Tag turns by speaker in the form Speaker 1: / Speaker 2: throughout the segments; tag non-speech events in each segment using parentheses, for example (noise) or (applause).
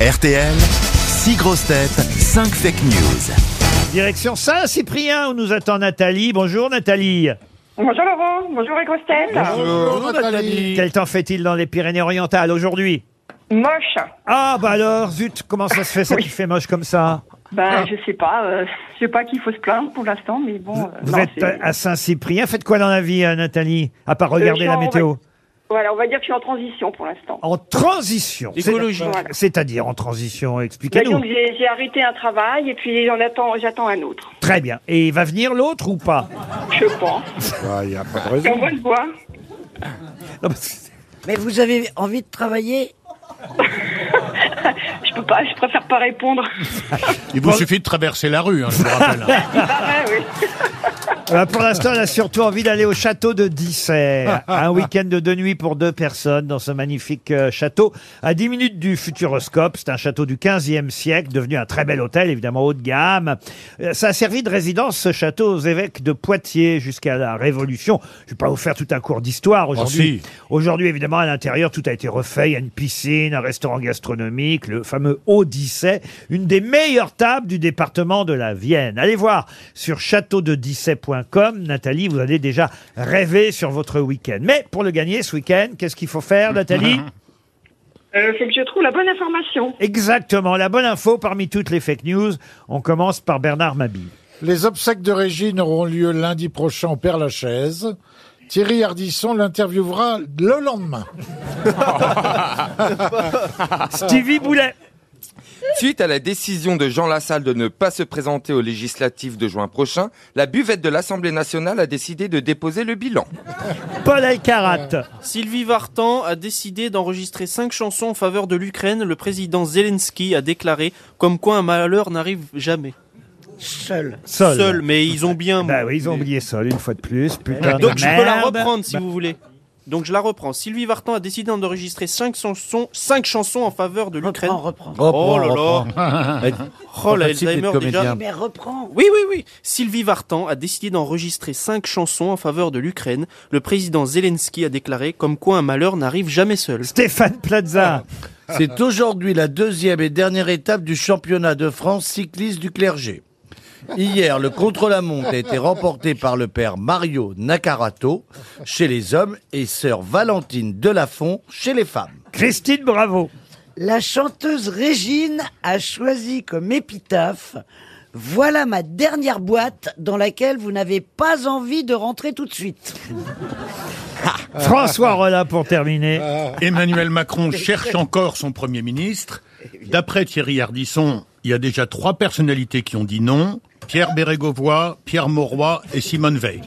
Speaker 1: RTL, 6 grosses têtes, 5 fake news.
Speaker 2: Direction Saint-Cyprien où nous attend Nathalie. Bonjour Nathalie.
Speaker 3: Bonjour Laurent, bonjour les grosses têtes.
Speaker 2: Bonjour Nathalie. Quel temps fait-il dans les Pyrénées-Orientales aujourd'hui
Speaker 3: Moche.
Speaker 2: Ah bah alors, zut, comment ça se fait ça qui fait moche comme ça
Speaker 3: Ben,
Speaker 2: Ah.
Speaker 3: je sais pas, euh, je sais pas qu'il faut se plaindre pour l'instant, mais bon. euh,
Speaker 2: Vous
Speaker 3: non,
Speaker 2: êtes
Speaker 3: c'est-
Speaker 2: à Saint-Cyprien, faites quoi dans la vie euh, Nathalie À part regarder
Speaker 3: Euh, je suis
Speaker 2: la
Speaker 3: en-
Speaker 2: météo
Speaker 3: Voilà, on va dire que je suis en transition pour l'instant.
Speaker 2: En transition. c'est-
Speaker 4: Écologie.
Speaker 3: Voilà.
Speaker 2: C'est-à-dire en transition,
Speaker 3: Ben,
Speaker 2: expliquez-nous.
Speaker 3: donc j'ai j'ai arrêté un travail et puis j'en attends, j'attends un autre.
Speaker 2: Très bien. Et il va venir l'autre ou pas
Speaker 3: Je pense.
Speaker 2: (laughs)
Speaker 3: En bonne voie.
Speaker 2: Non, parce que-
Speaker 5: Mais vous avez envie de travailler
Speaker 3: Je peux pas, je préfère
Speaker 2: (laughs)
Speaker 3: pas répondre.
Speaker 4: Il vous suffit de traverser la rue, hein, je vous rappelle.
Speaker 3: Ah ouais, oui.
Speaker 2: Euh, Pour l'instant, elle a surtout envie d'aller au château de Dissert. Un week-end de deux nuits pour deux personnes dans ce magnifique euh, château à 10 minutes du Futuroscope. C'est un château du 15e siècle, devenu un très bel hôtel, évidemment haut de gamme. Euh, Ça a servi de résidence, ce château, aux évêques de Poitiers jusqu'à la Révolution. Je vais pas vous faire tout un cours d'histoire aujourd'hui.
Speaker 4: si.
Speaker 2: Aujourd'hui, évidemment, à l'intérieur, tout a été refait. Il y a une piscine, un restaurant gastronomique, le fameux Odyssée, une des meilleures tables du département de la Vienne. Allez voir sur châteaudedisset.com. Nathalie, vous allez déjà rêver sur votre week-end. Mais pour le gagner ce week-end, qu'est-ce qu'il faut faire, Nathalie
Speaker 3: Euh, faut que je trouve la bonne information.
Speaker 2: Exactement, la bonne info parmi toutes les fake news. On commence par Bernard Mabille.
Speaker 6: (laughs) Les obsèques de Régine auront lieu lundi prochain au Père Lachaise. Thierry Ardisson l'interviewera le lendemain.
Speaker 2: Stevie Boulet.
Speaker 7: Suite à la décision de Jean Lassalle de ne pas se présenter aux législatives de juin prochain, la buvette de l'Assemblée nationale a décidé de déposer le bilan.
Speaker 2: Paul Alcarat.
Speaker 8: Sylvie Vartan a décidé d'enregistrer cinq chansons en faveur de l'Ukraine. Le président Zelensky a déclaré comme quoi un malheur n'arrive jamais.
Speaker 5: seul
Speaker 2: Sol.
Speaker 8: Seul, mais ils ont bien.
Speaker 2: Bah oui, ils ont oublié Sol une fois de plus. Putain
Speaker 8: Donc
Speaker 2: de
Speaker 8: je peux la
Speaker 2: merde.
Speaker 8: reprendre si vous voulez. Donc je la reprends. Sylvie Vartan a décidé d'enregistrer cinq chansons, cinq chansons en faveur de l'Ukraine.
Speaker 5: Reprends, reprends.
Speaker 8: Oh là là. (laughs) Oh l'Alzheimer déjà.
Speaker 5: Mais Eh reprends.
Speaker 8: Oui, oui, oui. Sylvie Vartan a décidé d'enregistrer cinq chansons en faveur de l'Ukraine. Le président Zelensky a déclaré comme quoi un malheur n'arrive jamais seul.
Speaker 2: Stéphane Plaza.
Speaker 9: C'est aujourd'hui la deuxième et dernière étape du championnat de France cycliste du clergé. Hier, le contre-la-montre a été remporté par le père Mario Nakarato chez les hommes et sœur Valentine Delafont chez les femmes.
Speaker 2: Christine Bravo.
Speaker 5: La chanteuse Régine a choisi comme épitaphe Voilà ma dernière boîte dans laquelle vous n'avez pas envie de rentrer tout de suite.
Speaker 4: Euh,
Speaker 2: François Rollin pour terminer.
Speaker 4: Emmanuel Macron cherche encore son Premier ministre. D'après Thierry Ardisson, il y a déjà trois personnalités qui ont dit non. Pierre Bérégovoy, Pierre Mauroy et Simone Veil.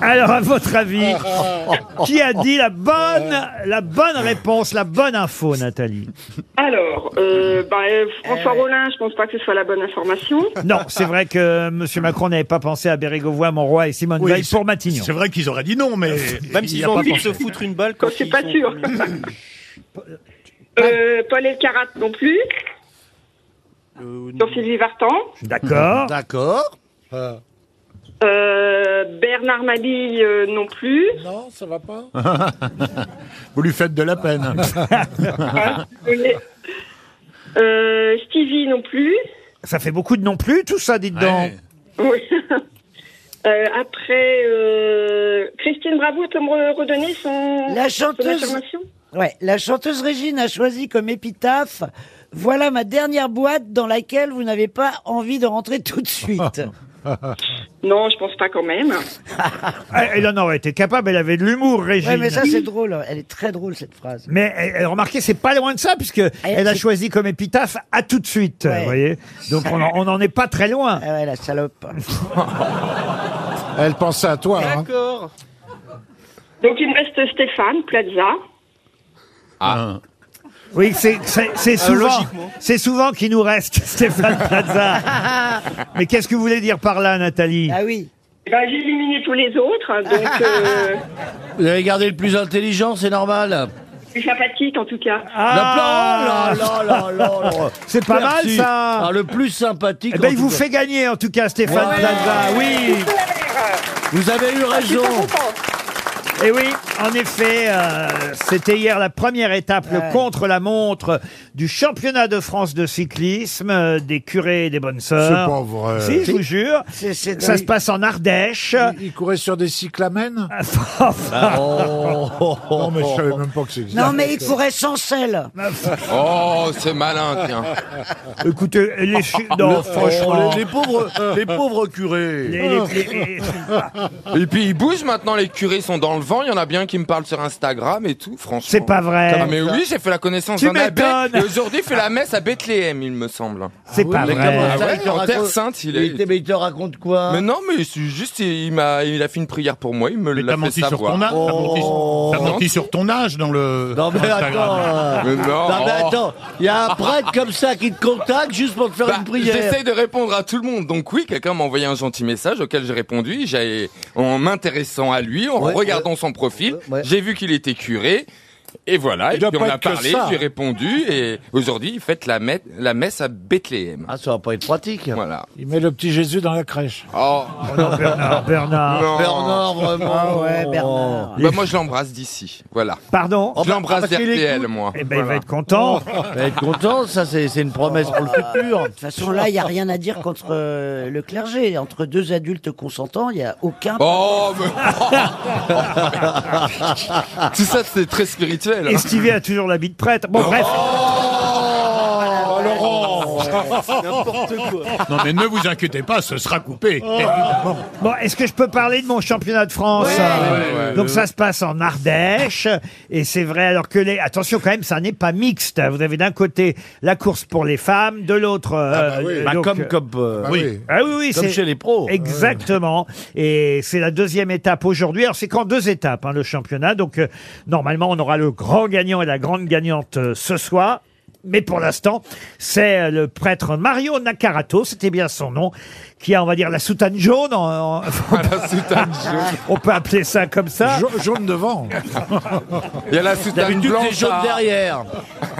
Speaker 2: Alors, à votre
Speaker 4: (laughs)
Speaker 2: avis, qui a dit la bonne, la bonne réponse, la bonne info, Nathalie
Speaker 3: Alors, euh, ben, euh, François Rollin, je pense pas que ce soit la bonne information.
Speaker 2: Non, c'est vrai que Monsieur Macron n'avait pas pensé à Bérégovoy, Monroy et Simone Veil pour Matignon.
Speaker 4: C'est vrai qu'ils auraient dit non, mais
Speaker 8: Même
Speaker 4: il
Speaker 8: s'ils
Speaker 4: y a
Speaker 8: ont
Speaker 4: pas
Speaker 8: envie de
Speaker 4: pensé.
Speaker 8: se foutre une balle
Speaker 3: Quand
Speaker 8: quand
Speaker 3: c'est
Speaker 8: ils
Speaker 3: pas
Speaker 8: sont
Speaker 3: sûr.
Speaker 8: premiers.
Speaker 3: Euh, Paul Elkarat non plus.
Speaker 8: Euh,
Speaker 3: Sur Sylvie Vartan.
Speaker 2: D'accord.
Speaker 9: D'accord
Speaker 3: Euh, Bernard Mabille euh, non plus.
Speaker 6: Non, ça va pas
Speaker 4: Vous lui faites de la peine.
Speaker 3: Ah, désolé. Euh, Stevie non plus.
Speaker 2: Ça fait beaucoup de non plus, tout ça, dites donc.
Speaker 4: Ouais.
Speaker 3: Oui. (laughs) Euh, après, euh, Christine Bravo peut me redonner son,
Speaker 5: La
Speaker 3: son
Speaker 5: chanteuse-
Speaker 3: affirmation
Speaker 5: Ouais, la chanteuse Régine a choisi comme épitaphe Voilà ma dernière boîte dans laquelle vous n'avez pas envie de rentrer tout de suite.
Speaker 3: Non, je pense pas quand même.
Speaker 2: Elle en aurait été capable, elle avait de l'humour, Régine.
Speaker 5: Ouais, mais ça c'est drôle, elle est très drôle cette phrase.
Speaker 2: Mais euh, remarquez, c'est pas loin de ça, puisque elle a
Speaker 5: Ah, c'est-
Speaker 2: choisi comme épitaphe à tout de suite,
Speaker 5: Ouais.
Speaker 2: vous voyez. Donc on en- on n'en est pas très loin.
Speaker 5: Ah ouais, la salope.
Speaker 6: Elle pensait à toi. hein.
Speaker 8: D'accord.
Speaker 3: Donc il me reste Stéphane Plaza.
Speaker 2: Oui, c'est- c'est c'est souvent,
Speaker 8: logiquement.
Speaker 2: c'est souvent qu'il nous reste (laughs) Stéphane Plaza. Mais qu'est-ce que vous voulez dire par là, Nathalie
Speaker 5: Ah oui.
Speaker 3: Eh Ben, j'ai éliminé tous les autres,
Speaker 5: (laughs)
Speaker 3: donc euh,
Speaker 9: Vous avez gardé le plus intelligent, c'est normal.
Speaker 3: je suis sympathique en tout cas.
Speaker 2: Ah,
Speaker 9: La plan- oh là là là là.
Speaker 2: C'est pas
Speaker 9: Merci.
Speaker 2: mal ça.
Speaker 9: Ah, Le plus sympathique.
Speaker 2: Eh ben,
Speaker 9: en
Speaker 2: il
Speaker 9: tout
Speaker 2: vous
Speaker 9: cas.
Speaker 2: fait gagner en tout cas, Stéphane Plaza. Oui.
Speaker 9: Vous avez eu
Speaker 3: Je suis
Speaker 9: raison.
Speaker 3: trop contente.
Speaker 2: Et Eh oui, en effet, euh, c'était hier la première étape, le contre-la-montre du championnat de France de cyclisme euh, des curés et des bonnes sœurs.
Speaker 6: C'est pas vrai.
Speaker 2: Si, je vous jure.
Speaker 5: C'est- c'est-
Speaker 2: Ça se passe en Ardèche. (laughs)
Speaker 6: Il, il courait sur des cyclamènes
Speaker 2: Ah.
Speaker 9: Bah. Oh.
Speaker 6: Non, mais je
Speaker 2: Oh.
Speaker 6: savais même pas que c'était
Speaker 5: Non, mais il courait sans sel.
Speaker 7: Oh, c'est malin,
Speaker 4: (laughs)
Speaker 7: tiens.
Speaker 2: Écoutez, les chi- non,
Speaker 7: Oh,
Speaker 2: franchement.
Speaker 9: Oh. les, les pauvres, les pauvres curés.
Speaker 2: les- les- les- les-
Speaker 7: Et puis ils bougent maintenant, les curés sont dans le vent, il y en a bien qui me parlent sur Instagram et tout, franchement.
Speaker 2: C'est pas vrai.
Speaker 7: Ah mais oui, j'ai fait la connaissance
Speaker 2: Tu
Speaker 7: d'un abbé,
Speaker 2: m'étonnes.
Speaker 7: et aujourd'hui il fait la messe à Bethléem, il me semble.
Speaker 2: C'est pas
Speaker 9: mais
Speaker 2: vrai.
Speaker 9: comment
Speaker 7: Ah
Speaker 9: ça,
Speaker 7: ouais,
Speaker 9: il te
Speaker 7: en Terre
Speaker 9: raconte-
Speaker 7: Sainte, il
Speaker 9: Mais
Speaker 7: est...
Speaker 9: il te- mais il te raconte quoi
Speaker 4: Ah.
Speaker 7: Mais non, mais c'est juste, il m'a, il a fait une prière pour moi, il me
Speaker 4: Mais t'as
Speaker 7: l'a fait
Speaker 4: menti sur
Speaker 7: savoir.
Speaker 4: ton âge.
Speaker 6: Ah,
Speaker 4: t'as menti sur-
Speaker 9: Oh.
Speaker 4: T'as menti sur ton âge dans le.
Speaker 9: Non mais
Speaker 4: Instagram.
Speaker 9: attends, euh,
Speaker 7: Mais non.
Speaker 9: non, mais attends, il y a un prêtre comme ça qui te contacte juste pour te faire
Speaker 7: Bah,
Speaker 9: une prière.
Speaker 7: J'essaie de répondre à tout le monde. Donc oui, quelqu'un m'a envoyé un gentil message auquel j'ai répondu. J'ai, en m'intéressant à lui, en
Speaker 9: Ouais,
Speaker 7: regardant
Speaker 9: ouais.
Speaker 7: son profil,
Speaker 9: Ouais, ouais.
Speaker 7: j'ai vu qu'il était curé. Et voilà,
Speaker 6: Il
Speaker 7: et
Speaker 6: doit
Speaker 7: puis
Speaker 6: Eh pas
Speaker 7: on a
Speaker 6: être que
Speaker 7: parlé,
Speaker 6: ça.
Speaker 7: j'ai répondu, et aujourd'hui, il fête la, met- la messe à Bethléem.
Speaker 9: Ah ça va pas être pratique.
Speaker 7: Voilà.
Speaker 6: Il met le petit Jésus dans la crèche.
Speaker 7: Oh,
Speaker 2: Oh non,
Speaker 7: (laughs)
Speaker 2: Bernard, Bernard.
Speaker 7: non.
Speaker 9: Ah, Bernard vraiment.
Speaker 5: Ah ouais, Bernard.
Speaker 7: Bah, moi, je l'embrasse d'ici. Voilà.
Speaker 2: Pardon Ah,
Speaker 9: Oh,
Speaker 7: Je
Speaker 9: bah,
Speaker 7: l'embrasse
Speaker 9: parce qu'il
Speaker 7: d'RTL,
Speaker 9: écoute.
Speaker 7: moi. Oh.
Speaker 2: Eh ben, il va être content.
Speaker 9: Il va être content, ça c'est c'est une promesse pour le futur.
Speaker 5: De toute façon, là, il n'y a rien à dire contre euh, le clergé. Entre deux adultes consentants, il n'y a aucun.
Speaker 7: Oh,
Speaker 9: (laughs)
Speaker 7: mais... Tout ça, c'est très spirituel. hein.
Speaker 2: Et Stevie a toujours l'habit de prêtre. Bon, bref.
Speaker 7: Oh.
Speaker 4: Oh,
Speaker 7: (laughs)
Speaker 4: Non, mais ne vous inquiétez pas, ce sera coupé.
Speaker 2: Oh. Bon, est-ce que je peux parler de mon championnat de France Euh, Donc ça se passe en Ardèche et c'est vrai alors que les attention quand même ça n'est pas mixte. hein. Vous avez d'un côté la course pour les femmes, de l'autre
Speaker 4: Ah,
Speaker 2: euh,
Speaker 6: bah oui.
Speaker 2: euh,
Speaker 9: Bah,
Speaker 2: donc,
Speaker 9: comme
Speaker 2: euh,
Speaker 9: comme euh,
Speaker 6: Ah
Speaker 4: oui.
Speaker 2: ah oui, oui,
Speaker 9: comme
Speaker 2: c'est-
Speaker 9: chez les pros.
Speaker 2: Exactement. Et c'est la deuxième étape aujourd'hui. Alors c'est qu'en deux étapes hein, le championnat. Donc euh, normalement on aura le grand gagnant et la grande gagnante euh, ce soir. Mais pour l'instant, c'est euh, le prêtre Mario Nakarato, c'était bien son nom, qui a, on va dire, la soutane jaune. en- (laughs) en-
Speaker 7: (laughs) La soutane jaune.
Speaker 2: on peut appeler ça comme ça.
Speaker 6: Ja- Ah Jaune devant.
Speaker 7: Il y a la soutane
Speaker 9: D'habitude
Speaker 7: blanche. hein.
Speaker 9: c'est jaune
Speaker 7: à-
Speaker 9: derrière.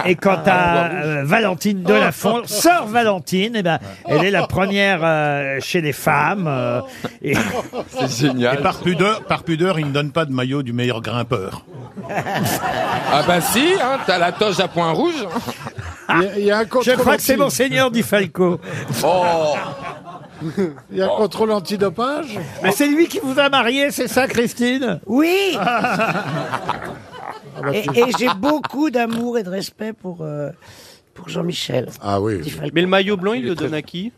Speaker 2: Et quant à euh, Valentine Delafont, sœur Valentine, eh ben, elle est la première euh, chez les femmes. euh, et-
Speaker 4: (laughs)
Speaker 7: C'est génial.
Speaker 4: Et par pudeur, par pudeur, il ne donne pas de maillot du meilleur grimpeur.
Speaker 7: (laughs) Ah bah si, hein, t'as la toge à point rouge.
Speaker 6: Il y a- il y, a un
Speaker 2: je
Speaker 6: contrôle.
Speaker 2: crois que c'est
Speaker 6: anti-
Speaker 2: Monseigneur, dit Falco.
Speaker 7: (laughs) Oh,
Speaker 6: Il y a un contrôle antidopage.
Speaker 2: Ah, c'est lui qui vous a marié, c'est ça, Christine
Speaker 5: Oui Et, et j'ai beaucoup d'amour et de respect pour, euh, pour Jean-Michel.
Speaker 6: Ah
Speaker 5: Petit
Speaker 6: oui.
Speaker 5: Falco.
Speaker 8: Mais le maillot blanc, il le donne à qui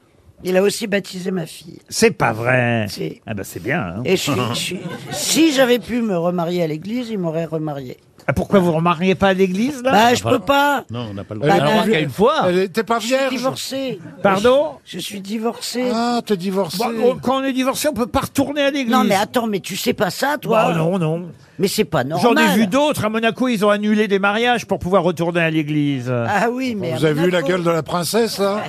Speaker 5: Il a aussi baptisé ma fille.
Speaker 2: C'est pas vrai.
Speaker 5: Si.
Speaker 2: Ah bah c'est bien. hein.
Speaker 5: Et je suis- je suis- si j'avais pu me remarier à l'église, il m'aurait remarié.
Speaker 2: Ah, pourquoi vous ne remariez pas à l'église, là
Speaker 5: Bah, je peux pas.
Speaker 4: Non, on n'a pas le
Speaker 6: Elle
Speaker 5: Bah,
Speaker 6: est
Speaker 5: non,
Speaker 6: plus-
Speaker 5: pas qu'à
Speaker 9: une fois.
Speaker 6: Elle est- T'es pas
Speaker 5: Je suis
Speaker 6: vierge.
Speaker 5: divorcée.
Speaker 2: Pardon
Speaker 5: Je suis divorcée.
Speaker 6: Ah, t'es divorcé.
Speaker 2: Bon, oh, on- Quand on est divorcé, on peut pas retourner à l'église.
Speaker 5: Non, mais attends, mais tu sais pas ça, toi
Speaker 2: Bon,
Speaker 6: Bah,
Speaker 2: non, non.
Speaker 5: Mais c'est pas
Speaker 2: J'en
Speaker 5: normal.
Speaker 2: ai vu d'autres. À Monaco, ils ont annulé des mariages pour pouvoir retourner à l'église.
Speaker 5: Ah oui, mais.
Speaker 6: Vous
Speaker 5: à
Speaker 6: avez vu la
Speaker 5: Monaco-
Speaker 6: gueule de la princesse, là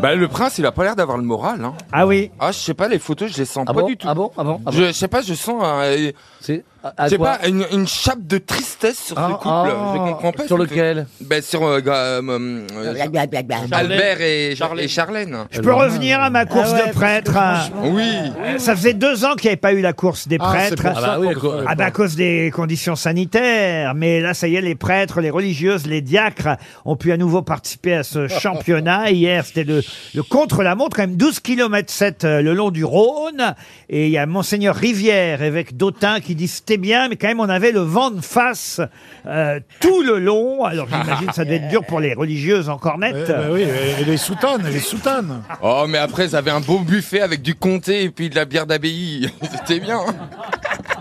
Speaker 7: bah le prince, il a pas l'air d'avoir le moral. Hein.
Speaker 2: Ah oui
Speaker 7: Ah, je sais pas, les photos, je les sens pas du tout.
Speaker 9: Ah bon Ah bon Ah bon
Speaker 7: Je je sais pas, je sens, un- euh,
Speaker 9: C'est à-
Speaker 7: je
Speaker 9: à
Speaker 7: sais
Speaker 9: quoi
Speaker 7: pas, une, une chape de tristesse sur
Speaker 9: Ah,
Speaker 7: ce couple.
Speaker 9: ah,
Speaker 7: je comprends pas.
Speaker 9: Sur
Speaker 7: ce-
Speaker 9: lequel
Speaker 7: Ben sur euh, euh, euh, euh,
Speaker 5: Blablabla.
Speaker 7: Albert et
Speaker 8: Charlène.
Speaker 7: et Charlène.
Speaker 2: Je peux revenir à ma course
Speaker 5: Ah ouais, parce
Speaker 2: de
Speaker 5: que
Speaker 2: prêtres. hein.
Speaker 7: Oui.
Speaker 2: Ça faisait deux ans qu'il n'y avait pas eu la course des
Speaker 6: Ah, c'est
Speaker 2: prêtres.
Speaker 6: pour
Speaker 9: Ah
Speaker 6: ça
Speaker 9: bah oui,
Speaker 6: qu'on le
Speaker 9: quoi.
Speaker 6: fait
Speaker 2: Ah bah, à cause des conditions sanitaires, mais là ça y est, les prêtres, les religieuses, les diacres ont pu à nouveau participer à ce championnat. Hier c'était le, le contre-la-montre, quand même 12 km 7 euh, le long du Rhône, et il y a monseigneur Rivière, évêque d'Autun, qui dit c'était bien, mais quand même on avait le vent de face euh, tout le long. Alors j'imagine ça devait être dur pour les religieuses encore
Speaker 6: Eh
Speaker 2: nettes.
Speaker 6: ben oui, et les soutanes, et les soutanes.
Speaker 7: Oh, mais après, j'avais un beau buffet avec du comté et puis de la bière d'abbaye. (laughs) C'était bien.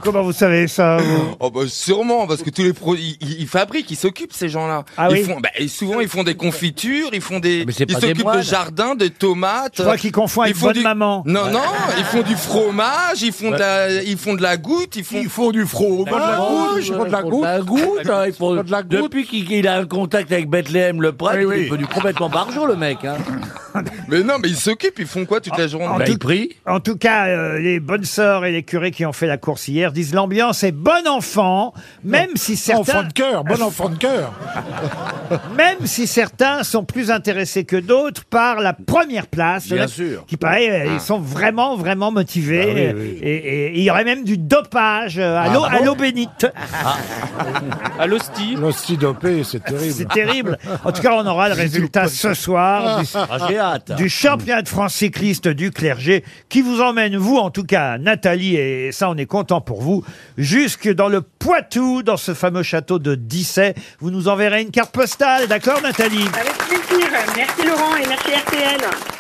Speaker 2: Comment vous savez ça vous
Speaker 7: Oh bah sûrement parce que tous les pro ils, ils- ils fabriquent, ils s'occupent ces gens-là.
Speaker 2: Ah
Speaker 7: ils
Speaker 2: oui.
Speaker 7: font bah, et souvent ils font des confitures, ils font des
Speaker 9: Ah, Mais c'est
Speaker 7: ils
Speaker 9: pas des
Speaker 7: s'occupent de
Speaker 9: moines.
Speaker 7: jardins, de tomates.
Speaker 2: Je crois qu'ils confondent avec
Speaker 7: Ils font
Speaker 2: bonne
Speaker 7: du-
Speaker 2: maman.
Speaker 7: Non non, ils font du fromage, ils font de la ils font de la goutte, ils font Bah,
Speaker 4: Il faut du fromage.
Speaker 6: Ah, oui, je prends de la
Speaker 9: Ils font Oh, de la goutte, hein, ils font-
Speaker 6: Ils font de la goutte.
Speaker 9: Depuis qu'il qu'il a un contact avec Bethléem, le prêtre,
Speaker 4: Oui, oui.
Speaker 9: il est devenu complètement barjot, le mec. hein. Bah,
Speaker 7: Mais non, mais ils s'occupent, ils font quoi toute la journée
Speaker 2: Oh. tout, en tout cas, euh, les bonnes sœurs et les curés qui ont fait la course hier disent l'ambiance est bonne enfant, même si
Speaker 6: Enfant
Speaker 2: certains,
Speaker 6: de cœur, bon enfant de
Speaker 9: (laughs)
Speaker 6: cœur.
Speaker 2: même si certains sont plus intéressés que d'autres par la première place. Il y en a
Speaker 9: Bien sûr. Ah. Bah
Speaker 2: Qui paraît, euh, ils sont vraiment, vraiment motivés. Et et- et il y aurait même du dopage euh,
Speaker 9: Ah
Speaker 2: à l'eau, à l'eau bénite.
Speaker 8: À l'hostie,
Speaker 6: L'ostidopée, c'est
Speaker 2: C'est
Speaker 6: terrible.
Speaker 2: terrible. En tout cas, on aura le résultat ce soir. du-
Speaker 5: Tá
Speaker 9: Ah, j'ai hâte.
Speaker 2: du championnat de France cycliste du clergé qui vous emmène, vous en tout cas, Nathalie, et ça on est content pour vous, jusque dans le Poitou, dans ce fameux château de Dissay. Vous nous enverrez une carte postale, d'accord Nathalie
Speaker 3: Avec plaisir. Merci Laurent et merci RTL.